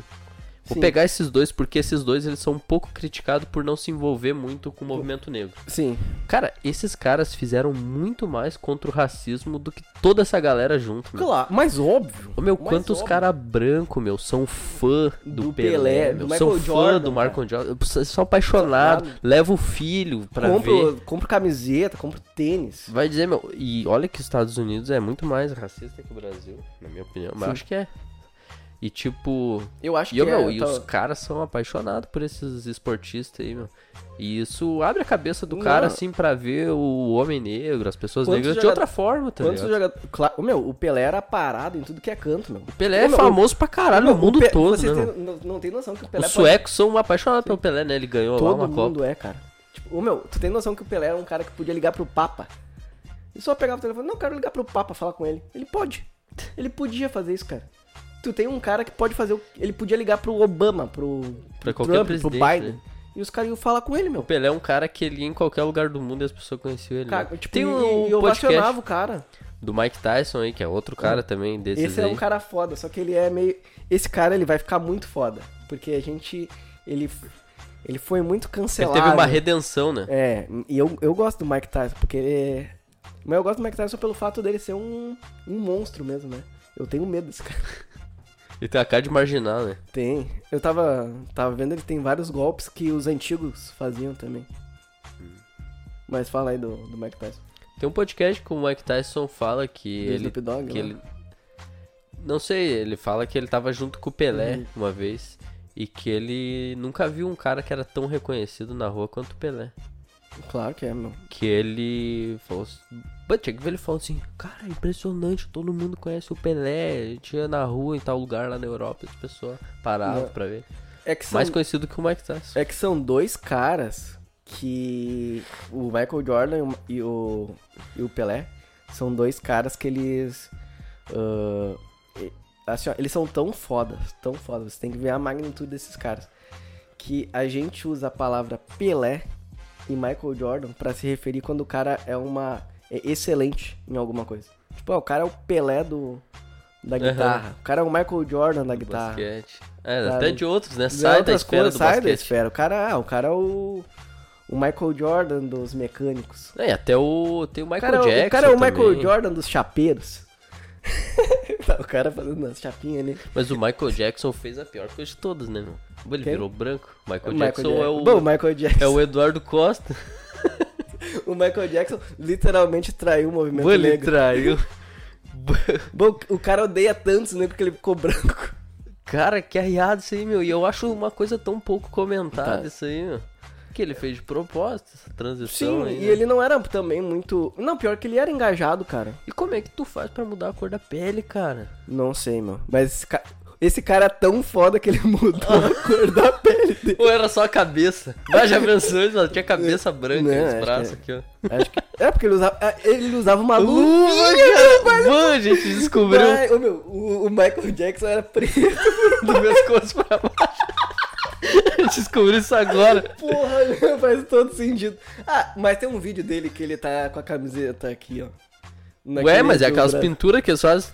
[SPEAKER 2] Vou
[SPEAKER 1] Sim.
[SPEAKER 2] pegar esses dois porque esses dois eles são um pouco criticados por não se envolver muito com o movimento negro.
[SPEAKER 1] Sim.
[SPEAKER 2] Cara, esses caras fizeram muito mais contra o racismo do que toda essa galera junto, meu.
[SPEAKER 1] Claro, mas óbvio.
[SPEAKER 2] Ô, meu,
[SPEAKER 1] Mas
[SPEAKER 2] quantos
[SPEAKER 1] óbvio.
[SPEAKER 2] caras branco, meu, são fã do,
[SPEAKER 1] Do
[SPEAKER 2] Pelé,
[SPEAKER 1] Pelé,
[SPEAKER 2] meu,
[SPEAKER 1] do
[SPEAKER 2] são
[SPEAKER 1] Michael
[SPEAKER 2] fã
[SPEAKER 1] Jordan,
[SPEAKER 2] do
[SPEAKER 1] cara.
[SPEAKER 2] Michael Jordan, Vocês são apaixonados,
[SPEAKER 1] Apaixonado.
[SPEAKER 2] leva o filho pra ver.
[SPEAKER 1] Compro, compro camiseta, compro tênis.
[SPEAKER 2] Vai dizer, meu, e olha que os Estados Unidos é muito mais racista que o Brasil, na minha opinião, mas
[SPEAKER 1] Sim.
[SPEAKER 2] acho que é. E tipo.
[SPEAKER 1] Eu acho
[SPEAKER 2] E,
[SPEAKER 1] que
[SPEAKER 2] eu, meu,
[SPEAKER 1] é,
[SPEAKER 2] e
[SPEAKER 1] tá-
[SPEAKER 2] os caras são apaixonados por esses esportistas aí, meu. E isso abre a cabeça do
[SPEAKER 1] Não.
[SPEAKER 2] cara, assim, pra ver o homem negro, as pessoas
[SPEAKER 1] Quantos
[SPEAKER 2] negras de
[SPEAKER 1] jogador-
[SPEAKER 2] outra forma, tá
[SPEAKER 1] Quantos
[SPEAKER 2] ligado?
[SPEAKER 1] jogadores. Claro, meu, o Pelé era parado em tudo que é canto, meu.
[SPEAKER 2] O Pelé é
[SPEAKER 1] Ô, meu,
[SPEAKER 2] famoso pra caralho no
[SPEAKER 1] o
[SPEAKER 2] mundo
[SPEAKER 1] Pe-
[SPEAKER 2] todo, né?
[SPEAKER 1] vocês
[SPEAKER 2] meu?
[SPEAKER 1] têm- não, não tem noção que o Pelé é
[SPEAKER 2] Os
[SPEAKER 1] pode-
[SPEAKER 2] suecos são apaixonados pelo Pelé, né? Ele ganhou lá
[SPEAKER 1] Todo
[SPEAKER 2] uma
[SPEAKER 1] mundo
[SPEAKER 2] Copa.
[SPEAKER 1] é, cara. Tipo, ô, meu, tu tem noção que o Pelé era um cara que podia ligar pro Papa? E só pegava o telefone, não, quero ligar pro Papa, falar com ele. Ele pode. Ele podia fazer isso, cara. Tu tem um cara que pode fazer o... Ele podia ligar pro Obama, pro, pro
[SPEAKER 2] Pra qualquer
[SPEAKER 1] Trump, pro
[SPEAKER 2] presidente,
[SPEAKER 1] Biden.
[SPEAKER 2] né?
[SPEAKER 1] E os caras iam falar com ele, meu.
[SPEAKER 2] O Pelé é um cara que ele ia em qualquer lugar do mundo e as pessoas conheciam ele. né?
[SPEAKER 1] Cara, tipo,
[SPEAKER 2] Tem
[SPEAKER 1] e-
[SPEAKER 2] um
[SPEAKER 1] e ovacionava
[SPEAKER 2] podcast
[SPEAKER 1] o cara.
[SPEAKER 2] do Mike Tyson aí, que é outro cara também desses
[SPEAKER 1] Esse é
[SPEAKER 2] aí.
[SPEAKER 1] um cara foda, só que ele é meio. Esse cara ele vai ficar muito foda. Porque a gente. Ele, ele foi muito
[SPEAKER 2] ele
[SPEAKER 1] cancelado.
[SPEAKER 2] teve uma redenção, né?
[SPEAKER 1] É, e eu, eu gosto do Mike Tyson, porque ele. é- Mas eu gosto do Mike Tyson pelo fato dele ser um, um monstro mesmo, né? Eu tenho medo desse cara.
[SPEAKER 2] Ele tem a cara de marginal, né?
[SPEAKER 1] Tem. Eu tava, tava vendo, ele tem vários golpes que os antigos faziam também.
[SPEAKER 2] Hum.
[SPEAKER 1] Mas fala aí do, do Mike Tyson.
[SPEAKER 2] Tem um podcast que o Mike Tyson fala que
[SPEAKER 1] Do
[SPEAKER 2] ele.
[SPEAKER 1] Snoop Dogg,
[SPEAKER 2] que
[SPEAKER 1] né?
[SPEAKER 2] ele- Não sei, ele fala que ele tava junto com o Pelé
[SPEAKER 1] Uhum.
[SPEAKER 2] uma vez e que ele nunca viu um cara que era tão reconhecido na rua quanto o Pelé.
[SPEAKER 1] Claro que é, meu.
[SPEAKER 2] Que ele falou assim. "Pô, Tinha que ver ele falando assim, cara, impressionante, todo mundo conhece o Pelé, tinha na rua em tal lugar lá na Europa, as pessoas paravam
[SPEAKER 1] Não.
[SPEAKER 2] pra ver.
[SPEAKER 1] É que são-
[SPEAKER 2] Mais conhecido que o Mike Tyson.
[SPEAKER 1] É que são dois caras que o Michael Jordan e o, e o Pelé são dois caras que eles. ah, e- assim, ó, eles são tão fodas, tão fodas. Você tem que ver a magnitude desses caras. Que a gente usa a palavra Pelé e Michael Jordan pra se referir quando o cara é uma. é excelente em alguma coisa. Tipo, ah, o cara é o Pelé do. Da
[SPEAKER 2] Aham.
[SPEAKER 1] guitarra. O cara é o Michael Jordan da
[SPEAKER 2] do
[SPEAKER 1] guitarra.
[SPEAKER 2] basquete. É,
[SPEAKER 1] Tá.
[SPEAKER 2] até de outros, né?
[SPEAKER 1] Não,
[SPEAKER 2] Sai da
[SPEAKER 1] outras
[SPEAKER 2] esfera
[SPEAKER 1] coisas,
[SPEAKER 2] do
[SPEAKER 1] sai da
[SPEAKER 2] basquete.
[SPEAKER 1] esfera. O cara, ah, o cara é o, o Michael Jordan dos mecânicos.
[SPEAKER 2] É, e até o. Tem o
[SPEAKER 1] O
[SPEAKER 2] Michael
[SPEAKER 1] cara, é o-
[SPEAKER 2] Jackson.
[SPEAKER 1] o cara é o Michael
[SPEAKER 2] também.
[SPEAKER 1] Jordan dos chapeiros. o cara fazendo as chapinhas ali.
[SPEAKER 2] Mas o Michael Jackson fez a pior coisa de todas, né, meu? Bom, Ele
[SPEAKER 1] Quem?
[SPEAKER 2] virou branco. O Michael,
[SPEAKER 1] O
[SPEAKER 2] Jackson, é o.
[SPEAKER 1] Bom, o Michael Jackson.
[SPEAKER 2] É o Eduardo Costa.
[SPEAKER 1] o... Michael Jackson literalmente traiu o movimento
[SPEAKER 2] Bom, ele
[SPEAKER 1] negro.
[SPEAKER 2] traiu. Bom,
[SPEAKER 1] Bom, o cara odeia tanto esse negro que ele ficou branco.
[SPEAKER 2] Cara, que arriado isso aí, meu. E eu acho uma coisa tão pouco comentada
[SPEAKER 1] Tá.
[SPEAKER 2] isso aí, meu. Que ele fez de propósito, essa transição
[SPEAKER 1] Sim,
[SPEAKER 2] aí.
[SPEAKER 1] e
[SPEAKER 2] né?
[SPEAKER 1] ele não era também muito... Não, pior que ele era engajado, cara.
[SPEAKER 2] E como é que tu faz pra mudar a cor da pele, cara?
[SPEAKER 1] Não sei, meu. Mas esse, ca- esse cara é tão foda que ele mudou a cor da pele dele.
[SPEAKER 2] Ou era só a cabeça? Mas já pensou isso? Ela tinha cabeça branca,
[SPEAKER 1] Não,
[SPEAKER 2] os
[SPEAKER 1] acho
[SPEAKER 2] braços
[SPEAKER 1] que é.
[SPEAKER 2] aqui, ó.
[SPEAKER 1] Acho que- É porque ele usava, é, ele usava uma luva.
[SPEAKER 2] Luva, Mano, a gente descobriu
[SPEAKER 1] Ai, ô, meu, o, o Michael Jackson era preto.
[SPEAKER 2] do pescoço pra baixo. A gente descobriu isso agora.
[SPEAKER 1] Porra, meu, faz todo sentido. Ah, mas tem um vídeo dele que ele tá com a camiseta aqui, ó.
[SPEAKER 2] Ué, mas é aquelas
[SPEAKER 1] pinturas.
[SPEAKER 2] pinturas que só. as-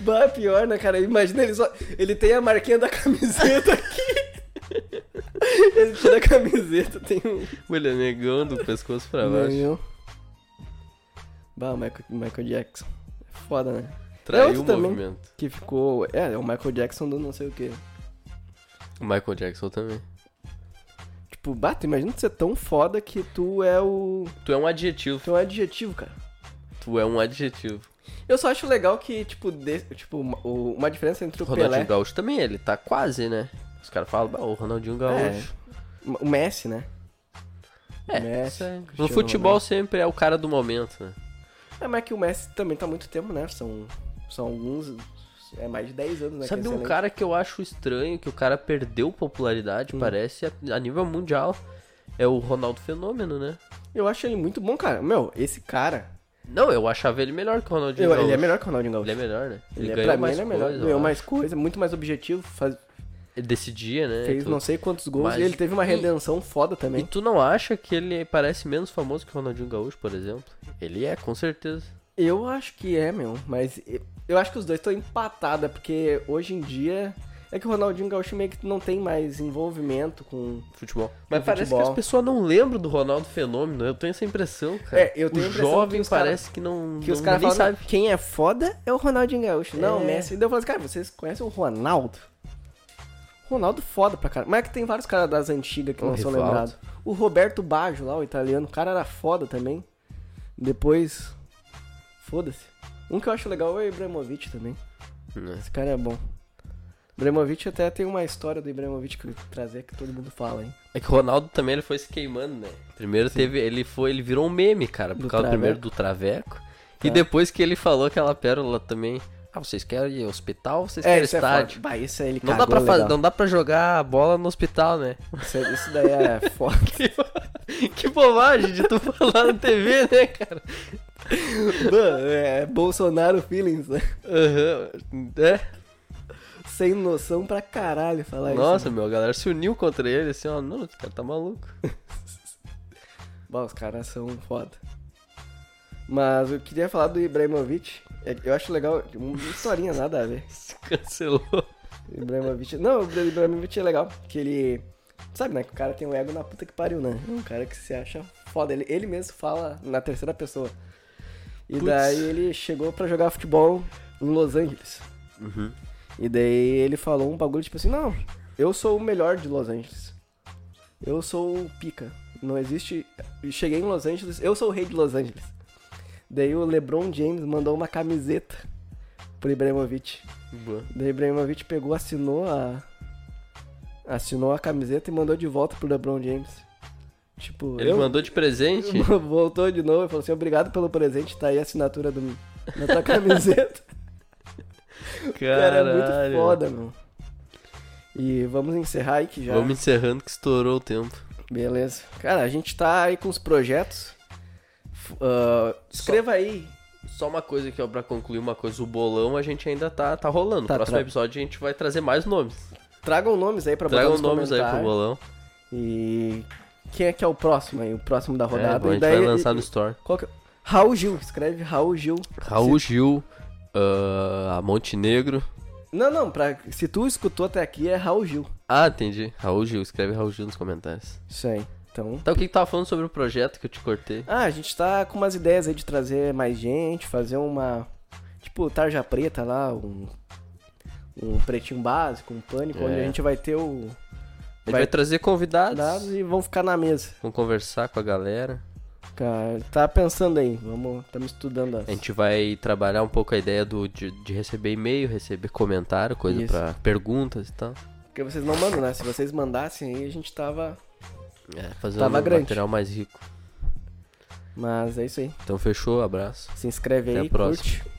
[SPEAKER 1] Bah, pior, né, cara? Imagina ele só. Ele tem a marquinha da camiseta aqui. ele tira a camiseta, tem um.
[SPEAKER 2] Ele é negão do pescoço pra baixo.
[SPEAKER 1] Não. Bah, o Michael, Michael Jackson. Foda, né? É
[SPEAKER 2] Traiu
[SPEAKER 1] outro
[SPEAKER 2] o
[SPEAKER 1] também.
[SPEAKER 2] movimento.
[SPEAKER 1] Que ficou. É, é o Michael Jackson do não sei o quê.
[SPEAKER 2] O Michael Jackson também.
[SPEAKER 1] Tipo, bata, imagina tu ser tão foda que tu é o.
[SPEAKER 2] Tu é um adjetivo.
[SPEAKER 1] Tu é um adjetivo, cara.
[SPEAKER 2] Tu é um adjetivo.
[SPEAKER 1] Eu só acho legal que, tipo, de- tipo uma, o- uma diferença entre
[SPEAKER 2] O
[SPEAKER 1] o
[SPEAKER 2] Ronaldinho
[SPEAKER 1] Pelé.
[SPEAKER 2] Gaúcho também, ele tá quase, né? Os caras falam, "Bah, o
[SPEAKER 1] É.
[SPEAKER 2] Ronaldinho Gaúcho.
[SPEAKER 1] O Messi, né?
[SPEAKER 2] É,
[SPEAKER 1] Messi,
[SPEAKER 2] isso aí. No
[SPEAKER 1] Cristiano
[SPEAKER 2] futebol
[SPEAKER 1] Ronaldo.
[SPEAKER 2] sempre é o cara do momento, né?
[SPEAKER 1] É, mas que o Messi também tá há muito tempo, né? São, são alguns. É mais de 10 anos, né? que
[SPEAKER 2] Sabe
[SPEAKER 1] é
[SPEAKER 2] um
[SPEAKER 1] excelente.
[SPEAKER 2] cara que eu acho estranho, que o cara perdeu popularidade,
[SPEAKER 1] Hum.
[SPEAKER 2] parece, a- a nível mundial? É o Ronaldo Fenômeno, né?
[SPEAKER 1] Eu acho ele muito bom, cara. Meu, esse cara.
[SPEAKER 2] Não, eu achava ele melhor que o Ronaldinho
[SPEAKER 1] eu-
[SPEAKER 2] Gaúcho.
[SPEAKER 1] ele é melhor que o Ronaldinho Gaúcho.
[SPEAKER 2] Ele é melhor, né?
[SPEAKER 1] Ele é-
[SPEAKER 2] ganhou
[SPEAKER 1] pra mim,
[SPEAKER 2] mais
[SPEAKER 1] ele é melhor.
[SPEAKER 2] coisa, eu
[SPEAKER 1] ganhou
[SPEAKER 2] acho.
[SPEAKER 1] mais coisa, muito mais objetivo. faz-
[SPEAKER 2] Ele decidia, né?
[SPEAKER 1] fez
[SPEAKER 2] Tu-
[SPEAKER 1] não sei quantos gols.
[SPEAKER 2] Mas-
[SPEAKER 1] E ele teve uma
[SPEAKER 2] e-
[SPEAKER 1] redenção foda também.
[SPEAKER 2] E tu não acha que ele parece menos famoso que o Ronaldinho Gaúcho, por exemplo? Ele é, com certeza.
[SPEAKER 1] Eu acho que é, meu, mas e- eu acho que os dois estão empatados, é porque hoje em dia é que o Ronaldinho Gaúcho meio que não tem mais envolvimento com.
[SPEAKER 2] Futebol. Mas
[SPEAKER 1] No
[SPEAKER 2] parece que
[SPEAKER 1] é futebol.
[SPEAKER 2] as pessoas não lembram do Ronaldo Fenômeno. Eu tenho essa impressão, cara.
[SPEAKER 1] É, eu tenho
[SPEAKER 2] o
[SPEAKER 1] a impressão
[SPEAKER 2] jovem
[SPEAKER 1] que os cara-
[SPEAKER 2] parece que não.
[SPEAKER 1] Que
[SPEAKER 2] não,
[SPEAKER 1] os caras
[SPEAKER 2] Hum, ninguém
[SPEAKER 1] falam,
[SPEAKER 2] sabe.
[SPEAKER 1] quem é foda é o Ronaldinho Gaúcho, não o
[SPEAKER 2] É.
[SPEAKER 1] Messi. E daí eu falo assim, cara, vocês conhecem o Ronaldo? Ronaldo foda pra caralho. Mas é que tem vários caras das antigas que
[SPEAKER 2] O
[SPEAKER 1] não são
[SPEAKER 2] Rivaldo.
[SPEAKER 1] lembrados. O Roberto Baggio lá, o italiano, o cara era foda também. Depois. Foda-se. Um que eu acho legal é o Ibrahimovic também.
[SPEAKER 2] né?
[SPEAKER 1] Esse cara é bom. Ibrahimovic até tem uma história do Ibrahimovic que eu ia trazer que todo mundo fala, hein?
[SPEAKER 2] É que o Ronaldo também ele foi se queimando, né? Primeiro teve. Ele foi. Ele virou um meme, cara, por
[SPEAKER 1] Do
[SPEAKER 2] causa
[SPEAKER 1] Traveco.
[SPEAKER 2] primeiro do Traveco. E
[SPEAKER 1] Tá.
[SPEAKER 2] depois que ele falou aquela pérola também. Ah, vocês querem ir ao hospital ou vocês
[SPEAKER 1] É,
[SPEAKER 2] querem
[SPEAKER 1] isso
[SPEAKER 2] estádio?
[SPEAKER 1] é foda. Bah, isso aí ele
[SPEAKER 2] não, dá
[SPEAKER 1] cagou
[SPEAKER 2] pra fazer,
[SPEAKER 1] legal.
[SPEAKER 2] não dá pra jogar a bola no hospital, né?
[SPEAKER 1] Isso, é- isso daí é foda.
[SPEAKER 2] que bobagem de tu falar na TV, né, cara?
[SPEAKER 1] Mano, é Bolsonaro feelings, né?
[SPEAKER 2] Aham. É.
[SPEAKER 1] Sem noção pra caralho falar
[SPEAKER 2] Nossa,
[SPEAKER 1] isso. né?
[SPEAKER 2] meu, a galera se uniu contra ele assim, ó. Não, esse cara tá maluco.
[SPEAKER 1] Nossa. Bah, os caras são foda. Mas eu queria falar do Ibrahimovic. É- Eu acho legal, uma historinha nada a ver.
[SPEAKER 2] Se cancelou.
[SPEAKER 1] Ibrahimovic. Não, o Ibrahimovic é legal, que ele. Sabe, né? Que o cara tem um ego na puta que pariu, né? É um cara que se acha foda. Ele, ele mesmo fala na terceira pessoa. E
[SPEAKER 2] Putz.
[SPEAKER 1] daí ele chegou pra jogar futebol em Los Angeles.
[SPEAKER 2] Uhum.
[SPEAKER 1] E daí ele falou um bagulho tipo assim: Não, eu sou o melhor de Los Angeles. Eu sou o pica. Não existe. Cheguei em Los Angeles, eu sou o rei de Los Angeles. Daí o LeBron James mandou uma camiseta pro Ibrahimovic.
[SPEAKER 2] Boa.
[SPEAKER 1] Daí Ibrahimovic pegou, assinou a. Assinou a camiseta e mandou de volta pro LeBron James. Tipo,
[SPEAKER 2] Ele
[SPEAKER 1] eu-
[SPEAKER 2] mandou de presente?
[SPEAKER 1] voltou de novo e falou assim: obrigado pelo presente, tá aí a assinatura do, da tua camiseta. Cara, é muito foda, meu. E vamos encerrar aí que já.
[SPEAKER 2] Vamos encerrando que estourou o tempo.
[SPEAKER 1] Beleza. Cara, a gente tá aí com os projetos. F- ah, escreva aí.
[SPEAKER 2] Só uma coisa aqui, ó, pra concluir uma coisa. O bolão a gente ainda tá, tá rolando. No
[SPEAKER 1] Tá,
[SPEAKER 2] próximo
[SPEAKER 1] tra-
[SPEAKER 2] episódio a gente vai trazer mais nomes.
[SPEAKER 1] Tragam nomes aí pra botar
[SPEAKER 2] Tragam
[SPEAKER 1] nos
[SPEAKER 2] nomes aí pro
[SPEAKER 1] comentários.
[SPEAKER 2] bolão.
[SPEAKER 1] E quem é que é o próximo aí? O próximo da
[SPEAKER 2] É,
[SPEAKER 1] rodada.
[SPEAKER 2] bom, a
[SPEAKER 1] e
[SPEAKER 2] gente
[SPEAKER 1] daí,
[SPEAKER 2] vai lançar no store.
[SPEAKER 1] Qual que é? Raul Gil, escreve Raul Gil.
[SPEAKER 2] Raul Gil, ah, a Montenegro.
[SPEAKER 1] Não, não, pra, se tu escutou até aqui é Raul Gil.
[SPEAKER 2] Ah, entendi. Raul Gil, escreve Raul Gil nos comentários.
[SPEAKER 1] Isso aí. Então.
[SPEAKER 2] Tá, o que que tava falando sobre o projeto que eu te cortei?
[SPEAKER 1] Ah, a gente tá com umas ideias aí de trazer mais gente, fazer uma. Tipo, tarja preta lá, um. Um pretinho básico, um pânico,
[SPEAKER 2] É.
[SPEAKER 1] onde a gente vai ter o.
[SPEAKER 2] A gente vai,
[SPEAKER 1] Vai-
[SPEAKER 2] trazer convidados.
[SPEAKER 1] Dados e vão ficar na mesa.
[SPEAKER 2] Vamos conversar com a galera.
[SPEAKER 1] Cara, tá pensando aí, vamos. Estamos estudando as.
[SPEAKER 2] A gente vai trabalhar um pouco a ideia do, de, de receber e-mail, receber comentário, coisa
[SPEAKER 1] Isso.
[SPEAKER 2] pra perguntas e tal.
[SPEAKER 1] Porque vocês não mandam, né? Se vocês mandassem aí, a gente tava.
[SPEAKER 2] É, fazer
[SPEAKER 1] Tava
[SPEAKER 2] um
[SPEAKER 1] grande.
[SPEAKER 2] material mais rico.
[SPEAKER 1] Mas é isso aí.
[SPEAKER 2] Então fechou, abraço.
[SPEAKER 1] Se inscreve
[SPEAKER 2] Até
[SPEAKER 1] aí,
[SPEAKER 2] a próxima.
[SPEAKER 1] curte.